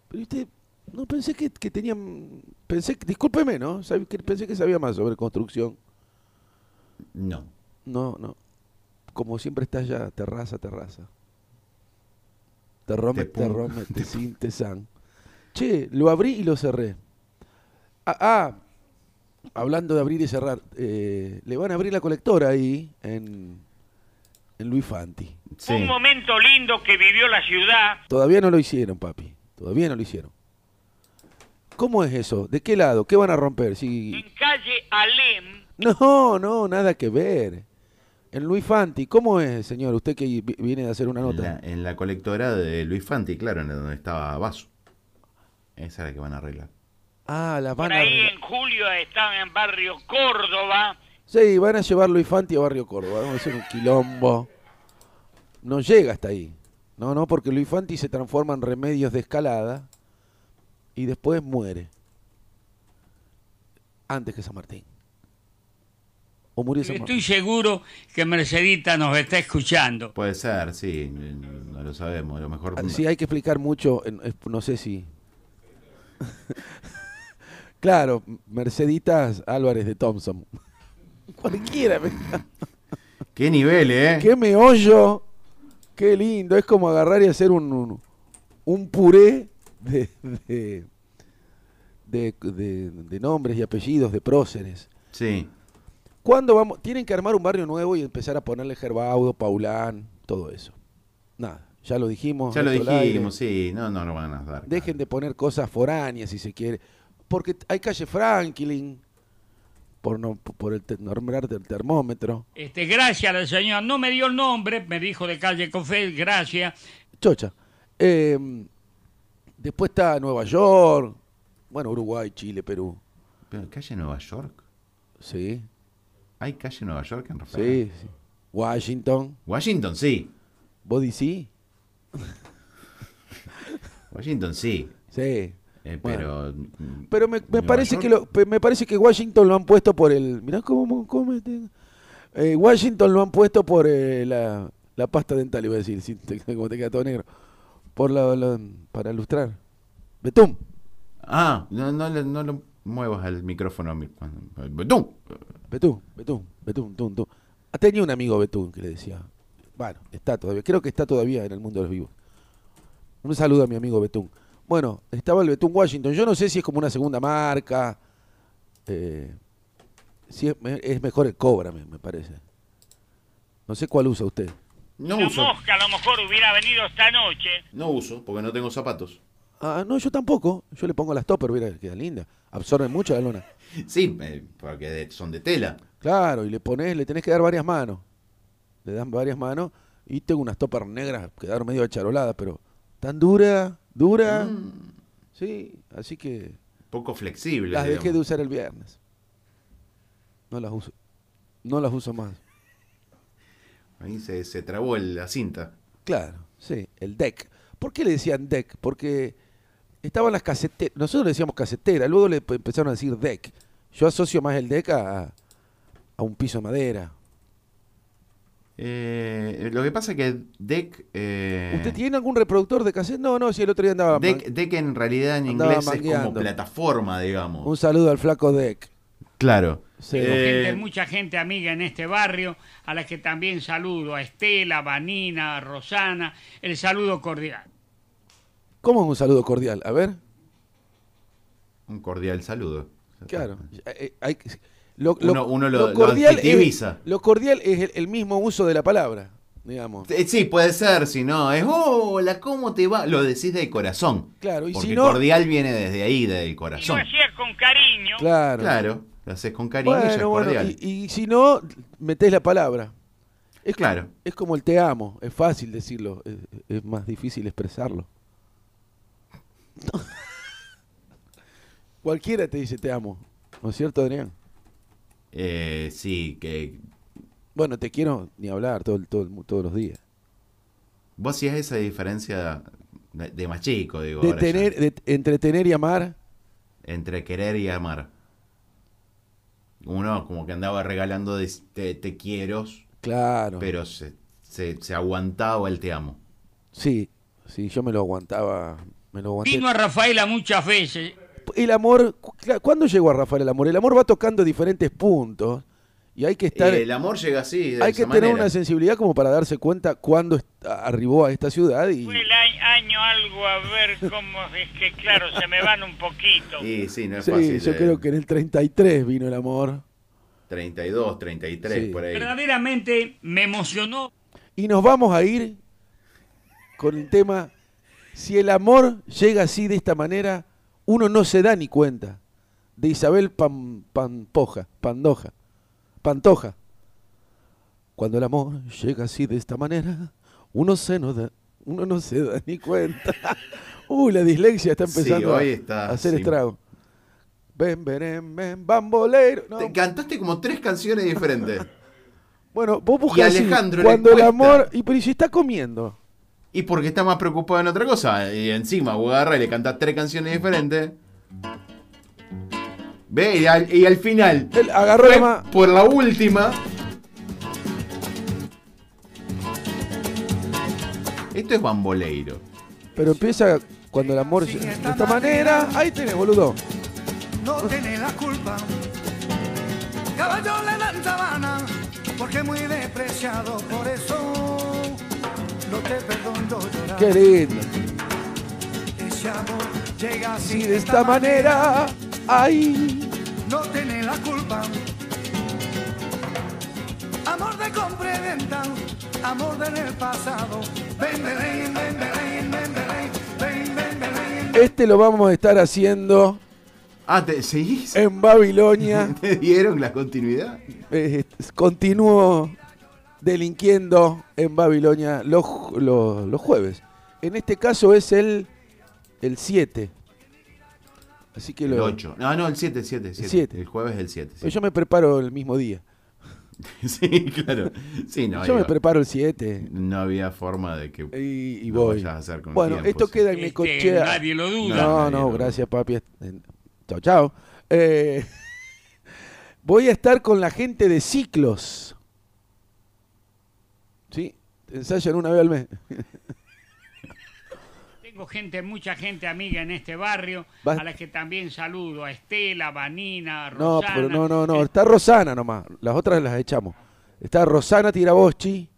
Pero usted, no pensé que, que tenían. Pensé, que- discúlpeme, ¿no? Sab- que Pensé que sabía más sobre construcción.
No.
No, no. Como siempre está ya, terraza, terraza. Terrome,
Te pum-
terrome, te sin, te san. Che, lo abrí y lo cerré. Ah, ah, hablando de abrir y cerrar, eh, le van a abrir la colectora ahí en, en Luis Fanti.
Sí.
Un momento lindo que vivió la ciudad.
Todavía no lo hicieron, papi. Todavía no lo hicieron. ¿Cómo es eso? ¿De qué lado? ¿Qué van a romper? Si...
En calle Alem,
No, no, nada que ver. En Luis Fanti, ¿cómo es, señor? Usted que vi- viene de hacer una
En
nota.
la, en la colectora de Luis Fanti, claro, en donde estaba Vaso. Esa es la que van a arreglar.
Ah, la van
por
a...
ahí
arreglar.
en julio están en barrio Córdoba.
Sí, van a llevar Luis Fanti a Barrio Córdoba. Vamos a hacer un quilombo. No llega hasta ahí. No, no, porque Luis Fanti se transforma en remedios de escalada y después muere. Antes que San Martín. O murió San Martín.
Estoy seguro que Mercedita nos está escuchando.
Puede ser, sí, no lo sabemos. A lo mejor.
Ah, Sí, hay que explicar mucho, en- es- no sé si... claro, Merceditas Álvarez de Thompson. Cualquiera. me-
¿Qué nivel, eh?
¡Qué meollo! ¡Qué lindo! Es como agarrar y hacer un, un, un puré de, de, de- de- de nombres y apellidos, de próceres.
Sí.
¿Cuándo vamos? Tienen que armar un barrio nuevo y empezar a ponerle Gerbaudo, Paulán, todo eso. Nada, ya lo dijimos.
Ya lo
esto al aire.
dijimos, sí. No, no lo van a dar.
Dejen de poner cosas foráneas si se quiere. Porque hay calle Franklin, por, no, por el te- nombrarte el termómetro.
Este, gracias al señor. No me dio el nombre, me dijo de calle Cofés, gracias.
Chocha. Eh, después está Nueva York. Bueno, Uruguay, Chile, Perú.
Pero, ¿Calle Nueva York?
Sí,
¿Hay calle Nueva York en Rafael?
sí, sí. Washington.
Washington, sí.
¿Vos sí?
Washington, sí.
Sí.
Eh,
Bueno.
pero. mm,
Pero me, me
¿Nueva
parece
York?
que lo- pe- me parece que Washington lo han puesto por el. Mirá cómo. cómo me tengo. Eh, Washington lo han puesto por eh, la, la pasta dental, iba a decir, sí, te- como te queda todo negro. Por la, la- para ilustrar. Betún.
Ah, no, no, le- no lo muevas al micrófono. a mí cuando- ¡Tum!
Betún, Betún, Betún, Tun, Tun. Ah, Tenía un amigo Betún que le decía. Bueno, está todavía. Creo que está todavía en el mundo de los vivos. Un saludo a mi amigo Betún. Bueno, estaba el Betún Washington. Yo no sé si es como una segunda marca. eh, si es, me- es mejor el Cobra, me, me parece. No sé cuál usa usted.
No
la
uso.
mosca a lo mejor hubiera venido esta noche.
No uso, porque no tengo zapatos.
Ah, no, yo tampoco. Yo le pongo las topper, mira, queda linda. Absorbe mucho la luna.
Sí, eh, porque de- son de tela.
Claro, y le pones, le tenés que dar varias manos. Le dan varias manos y tengo unas topas negras, quedaron medio acharoladas, pero tan dura, dura. Sí, así que
Poco flexible.
las dejé de
digamos.
usar el viernes. No las uso. No las uso más.
Ahí se, se trabó el- la cinta.
Claro, sí, el deck. ¿Por qué le decían deck? Porque estaban las caseteras. Nosotros le decíamos casetera, luego le pe- empezaron a decir deck. Yo asocio más el deck a, a un piso de madera.
Eh, lo que pasa es que Deck. eh,
¿Usted tiene algún reproductor de cassette? No, no, si el otro día andaba.
Deck, Deck en realidad en
Andaba
inglés es como
mangueando.
plataforma, digamos.
Un saludo al flaco Deck.
Claro.
Sí.
Eh,
Gente- mucha gente amiga en este barrio, a la que también saludo, a Estela, Vanina, a Rosana, el saludo cordial.
¿Cómo es un saludo cordial? A ver,
un cordial saludo.
claro. Eh, hay que- lo,
Uno- uno lo- lo
es,
adjetiviza.
lo cordial es el, el mismo uso de la palabra, digamos.
Eh, Sí, puede ser, si no, es hola, ¿cómo te va? Lo decís de corazón.
Claro, y
Porque
si no-
cordial viene desde ahí, del
Y lo
corazón.
hacía con cariño.
Claro.
Claro, lo haces con cariño y ya es
Bueno, bueno,
cordial.
y, y si no, metés la palabra. Es,
Claro.
Es como el te amo, es fácil decirlo, es, es más difícil expresarlo. Cualquiera te dice te amo, ¿no es cierto, Adrián?
Eh, sí, que
Bueno, te quiero ni hablar todo, el- todo, el mu- todos los días.
vos hacías esa diferencia de de más chico, digo.
De
ahora ya.
tener, de- entre tener y amar,
entre querer y amar. Uno como que andaba regalando de- te, te quiero,
claro.
pero se, se- se aguantaba el te amo.
Sí, sí, yo me lo aguantaba, me lo aguanté.
Vino a Rafaela muchas veces.
El amor, cu- cla- ¿cuándo llegó a Rafael el amor? El amor va tocando diferentes puntos y hay que estar...
Eh, el amor llega así, de
Hay
esa
que tener
manera.
una sensibilidad como para darse cuenta cuándo est- arribó a esta ciudad y
Fue el a- año algo, a ver cómo es que, claro, se me van un poquito.
Y sí, no es
Sí,
fácil.
yo
eh,
creo que en el 33 vino el amor
32, 33,
Sí.
por ahí.
Verdaderamente me emocionó
y nos vamos a ir con el tema si el amor llega así de esta manera uno no se da ni cuenta de Isabel Pan- Pampoja, Pandoja, Pantoja. Cuando el amor llega así de esta manera uno se no da, uno no se da ni cuenta. Uy, la dislexia está
Sí,
empezando a-
hoy está,
a hacer
sí.
estrago. Ven, ven, ven, bambolero. No,
Te cantaste como tres canciones diferentes.
Bueno, vos buscás
Y
así,
Alejandro le
cuando el
cuesta.
amor. Y pero ¿y si está comiendo.
y porque está más preocupado en otra cosa. Y encima, vos agarrás y le cantás tres canciones diferentes. Ve, y al, y al final.
Él agarró la
fue
ma-
Por la última. Esto es bamboleiro.
Pero empieza cuando el amor.
Sí,
se- de
esta
esta manera. Ahí tenés, boludo.
no tiene la culpa. Caballo le dan sabana, porque es muy despreciado, por eso no te perdono llorar.
Qué lindo.
Ese amor llega así
Si de esta manera. Ay.
no tiene la culpa. Amor de compra y venta, amor del pasado. Ven, ven, ven, ven, ven, ven, ven, ven, ven, ven, ven.
Este lo vamos a estar haciendo
Ah, ¿te seguís?
en Babilonia.
¿Te dieron la continuidad?
Eh, continúo delinquiendo en Babilonia los, ju- los, los jueves. En este caso es el. El 7. Así que
El
lo.
8. No, no, el 7, el 7, el 7.
siete.
El jueves es el 7.
Pues yo me preparo el mismo día.
Sí, claro. Sí, no,
yo me Eh.
iba-
preparo el 7.
no había forma de que
Y, y
lo
voy.
vayas a hacer con
bueno,
tiempo,
esto
sí.
queda en mi
Este,
cochea.
nadie lo duda.
No, no,
Nadie lo duda.
gracias, papi. Eh, Chao, chao. Eh, voy a estar con la gente de ciclos. ¿Sí? Ensayan una vez al mes.
Tengo gente, mucha gente amiga en este barrio,
Va-
a la que también saludo, a Estela, Vanina, a
No,
Rosana.
pero no, no, no.
Eh,
Está Rosana nomás. Las otras las echamos. Está Rosana Tirabochi.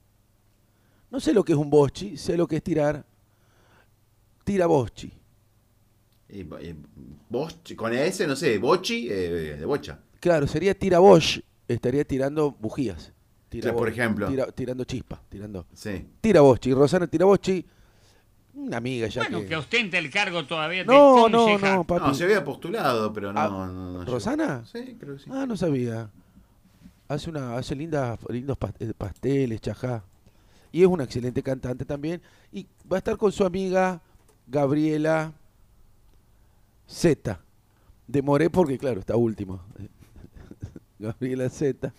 No sé lo que es un bochi, sé lo que es tirar. Tirabochi.
Y, bo- y boch- con ese, no sé, bochi, eh, de bocha.
Claro, sería tirabosh, estaría tirando bujías. Tirabosh,
por ejemplo.
tira- tirando chispas, tirando.
Sí.
Tiraboshi, Rosana Tiraboshi, una amiga ya
Bueno,
que...
que ostenta el cargo todavía de
No, no,
concejal.
no, papi.
No, se había postulado, pero no.
Ah,
no, no llegó.
¿Rosana?
Sí, creo que sí.
Ah, no sabía. Hace una, hace lindas, lindos pas- eh, pasteles, chajá. Y es una excelente cantante también. Y va a estar con su amiga Gabriela Z. Demoré porque, claro, está último. Gabriela Z.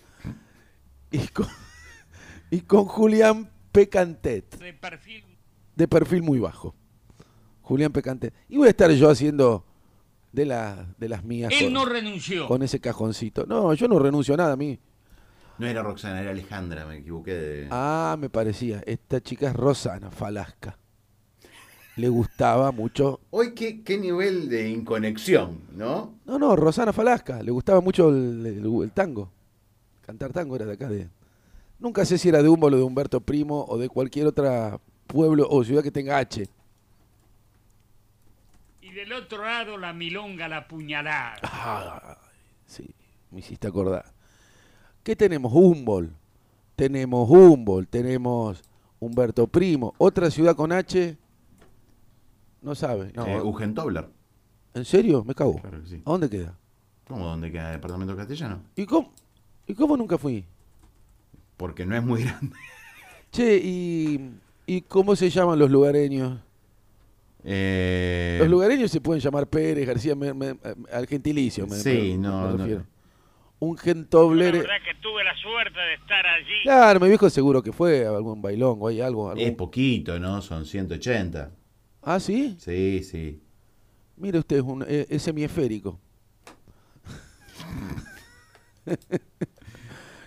Y con, y con Julián Pecantet,
De perfil.
de perfil muy bajo. Julián Pecantet. Y voy a estar yo haciendo de, la- de las mías.
Él
con-
no renunció.
con ese cajoncito. No, yo no renuncio a nada a mí.
No era Roxana, era Alejandra, me equivoqué de.
Ah, me parecía. Esta chica es Rosana Falasca. Le gustaba mucho.
Hoy, ¿qué, qué nivel de inconexión, ¿no?
No, no, Rosana Falasca. Le gustaba mucho el, el- el tango. Cantar tango era de acá. De... Nunca sé si era de Humboldt o de Humberto Primo o de cualquier otra pueblo o ciudad que tenga H.
Y del otro lado la milonga, la puñalada.
Ah, sí, me hiciste acordar. ¿Qué tenemos? Humboldt. Tenemos Humboldt, tenemos Humberto Primo. ¿Otra ciudad con H? No sabe. No,
Eh, Eugen Tobler.
¿En serio? Me cago.
Claro que sí.
¿A dónde queda?
¿Cómo? ¿Dónde queda el departamento castellano?
¿Y cómo, ¿Y cómo nunca fui?
Porque no es muy grande.
Che, ¿y, y cómo se llaman los lugareños?
Eh,
los lugareños se pueden llamar Pérez, García, me- me- al gentilicio. me-
Sí,
me-
no,
me
no.
refiero. Un
La
gentoblere.
verdad que tuve la suerte de estar allí.
Claro, mi viejo seguro que fue a algún bailón o hay algo.
Es
Algún...
poquito, ¿no? Son 180.
Ah, sí.
Sí, sí.
Mire usted, es, un, e, es- es semiesférico.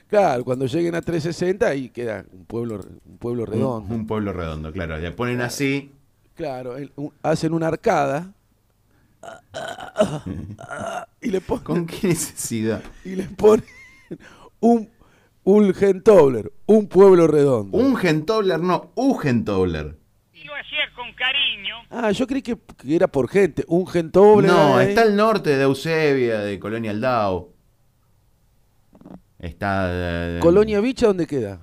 claro, cuando lleguen a 360 ahí queda un pueblo, re- un pueblo
Un-
redondo.
Un, pueblo redondo, claro. Le ponen así.
Claro, el- un- hacen una arcada y le ponen,
¿Con qué necesidad?
y le ponen un, un gentobler, un pueblo redondo.
Un gentobler, no, un gentobler.
Y Lo hacía con cariño.
Ah, yo creí que, que era por gente, un gentobler.
No,
ahí.
está al norte de Eusebia, de Colonia Aldao. Está. eh,
Colonia Vicha, ¿dónde queda?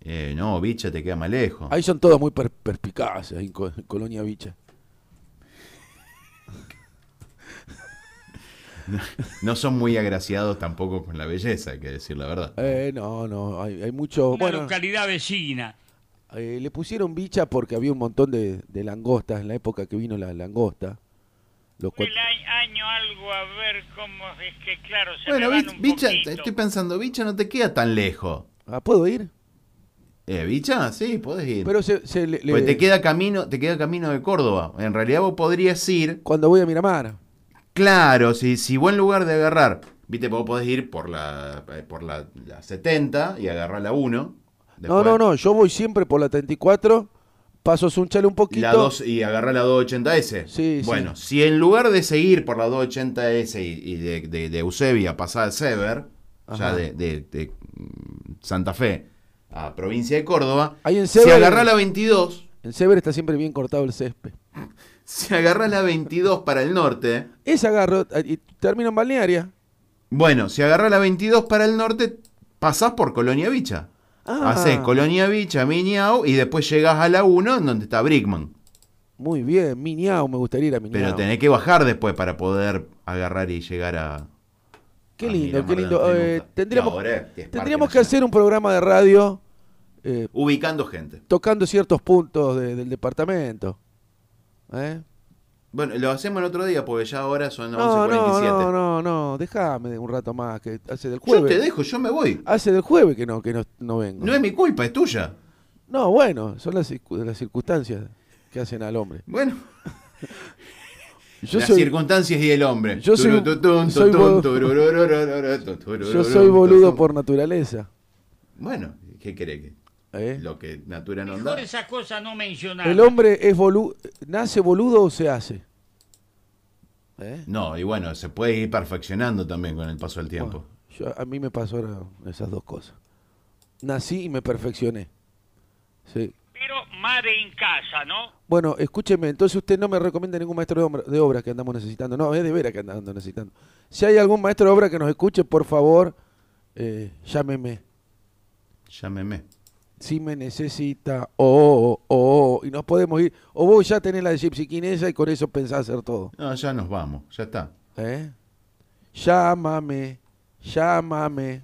Eh, no, Bicha te queda más lejos.
Ahí son todos muy per- perspicaces, ahí en Co- en Colonia Vicha.
No son muy agraciados tampoco con la belleza, hay que decir la verdad.
Eh, no, no, hay, hay mucho...
Una
Bueno,
localidad vecina.
eh, le pusieron bicha porque había un montón de, de langostas en la época que vino la langosta. Los
Fue
cual-
el a- año algo a ver cómo es que, claro, se
Bueno,
me van
Bi-
un
Bicha,
poquito.
estoy pensando, Bicha no te queda tan lejos.
Ah, ¿Puedo ir?
Eh, Bicha, sí, podés ir.
Pero se, se le- le-
Porque Pues te queda camino, te queda camino de Córdoba. En realidad vos podrías ir,
cuando voy a Miramar.
claro, si, si vos en lugar de agarrar, viste, vos podés ir por la eh, por la, la 70 y agarrar la 1.
No, no, no, yo voy siempre por la 34, paso Sunchale un poquito.
La 2 y agarrar la
Sí,
280S.
sí.
bueno, si en lugar de seguir por la 280S y, y de, de, de Eusebia pasar a Sever, o sea,
Ajá.
de, de- de, mm, Santa Fe a provincia de Córdoba,
Ahí en
si
Sever-
agarrás la 22,
En Sever está siempre bien cortado el césped.
si agarrás la 22 para el norte,
Esa agarro eh, y termino en Balnearia.
Bueno, si agarrás la 22 para el norte, pasás por Colonia Vicha.
Ah.
Hacés Colonia Vicha, Miñao, y después llegás a la 1 en donde está Brickman.
Muy bien, Miñao, me gustaría ir a Miñao.
Pero tenés que bajar después para poder agarrar y llegar a.
Qué
Ah,
lindo,
mira,
qué
Mar del
lindo.
Norte
Eh,
nunca.
tendríamos
No, ahora es Parque
tendríamos que
Nacional.
hacer un programa de radio eh,
Ubicando gente.
tocando ciertos puntos de- del departamento. ¿Eh?
Bueno, lo hacemos el otro día porque ya ahora son
No, no,
11.47.
no, no, no, déjame un rato más, que hace del
Yo te
jueves.
dejo, yo me voy.
Hace del jueves que no, que no, no vengo.
No es mi culpa, es tuya.
No, bueno, son las, circu- las circunstancias que hacen al hombre.
Bueno,
Yo
las
soy,
circunstancias y el hombre.
Yo soy-
Turututun,
soy
tutun,
bo-
tururururururu,
yo
tururururun,
soy boludo
tutun.
por naturaleza.
Bueno, ¿qué querés que.?
¿eh?
Lo que Natura no da.
Mejor esas cosas no mencionadas.
El hombre es bolu nace boludo o se hace. ¿Eh?
No, y bueno, se puede ir perfeccionando también con el paso del tiempo.
Yo- a mí me pasaron esas dos cosas. Nací y me perfeccioné. Sí.
Pero madre en casa, ¿no?
Bueno, escúcheme, entonces usted no me recomienda ningún maestro de, obra- de obras que andamos necesitando. No, es de veras que andamos necesitando. Si hay algún maestro de obra que nos escuche, por favor, eh, llámeme.
Llámeme.
Si me necesita, o, oh, oh, oh, y nos podemos ir. O vos ya tenés la de Gypsy King esa y con eso pensás hacer todo.
No, ya nos vamos, ya está.
¿eh? Llámame, llámame.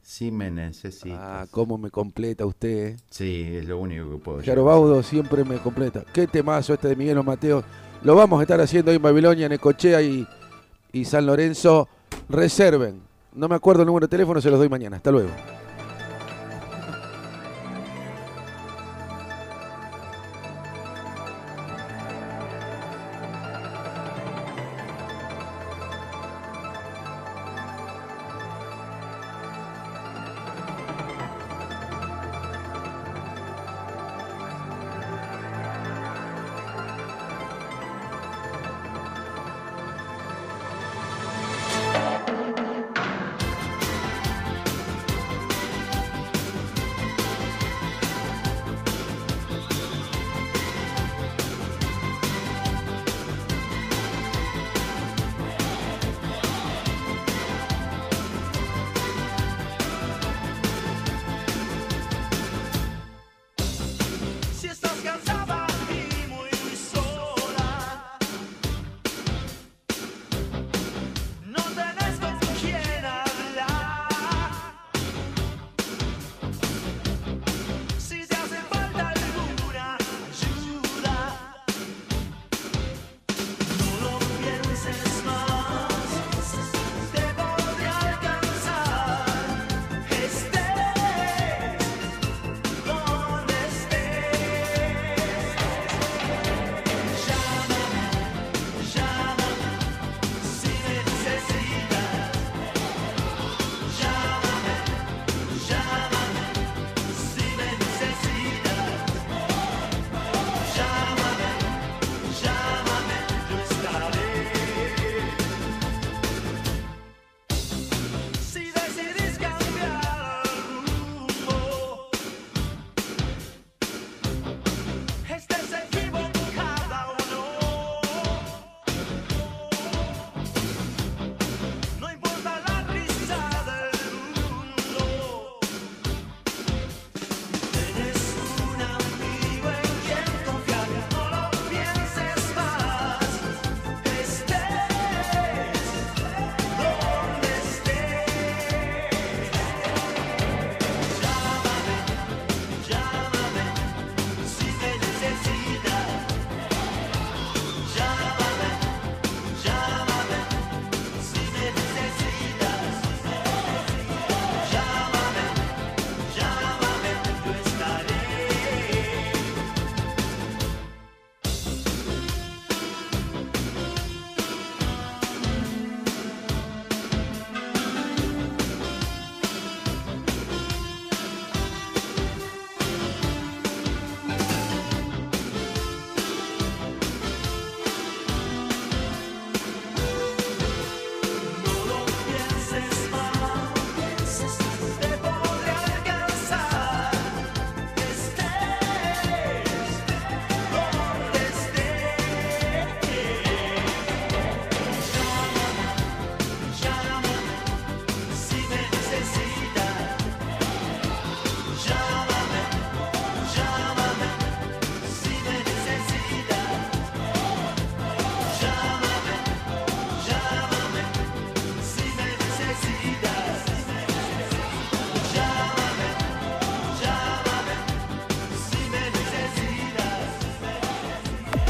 Si me necesitas.
Ah, cómo me completa usted, eh.
Sí, es lo único que puedo. llegar a
Yarobaudo siempre me completa. Qué temazo este de Miguel Los Mateos. Lo vamos a estar haciendo hoy en Babilonia, Necochea y, y San Lorenzo. Reserven. No me acuerdo el número de teléfono, se los doy mañana. Hasta luego.
este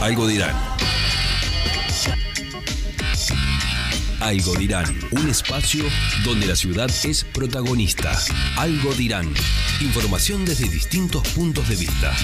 Algo dirán. Algo dirán, un espacio donde la ciudad es protagonista. Algo dirán, información desde distintos puntos de vista.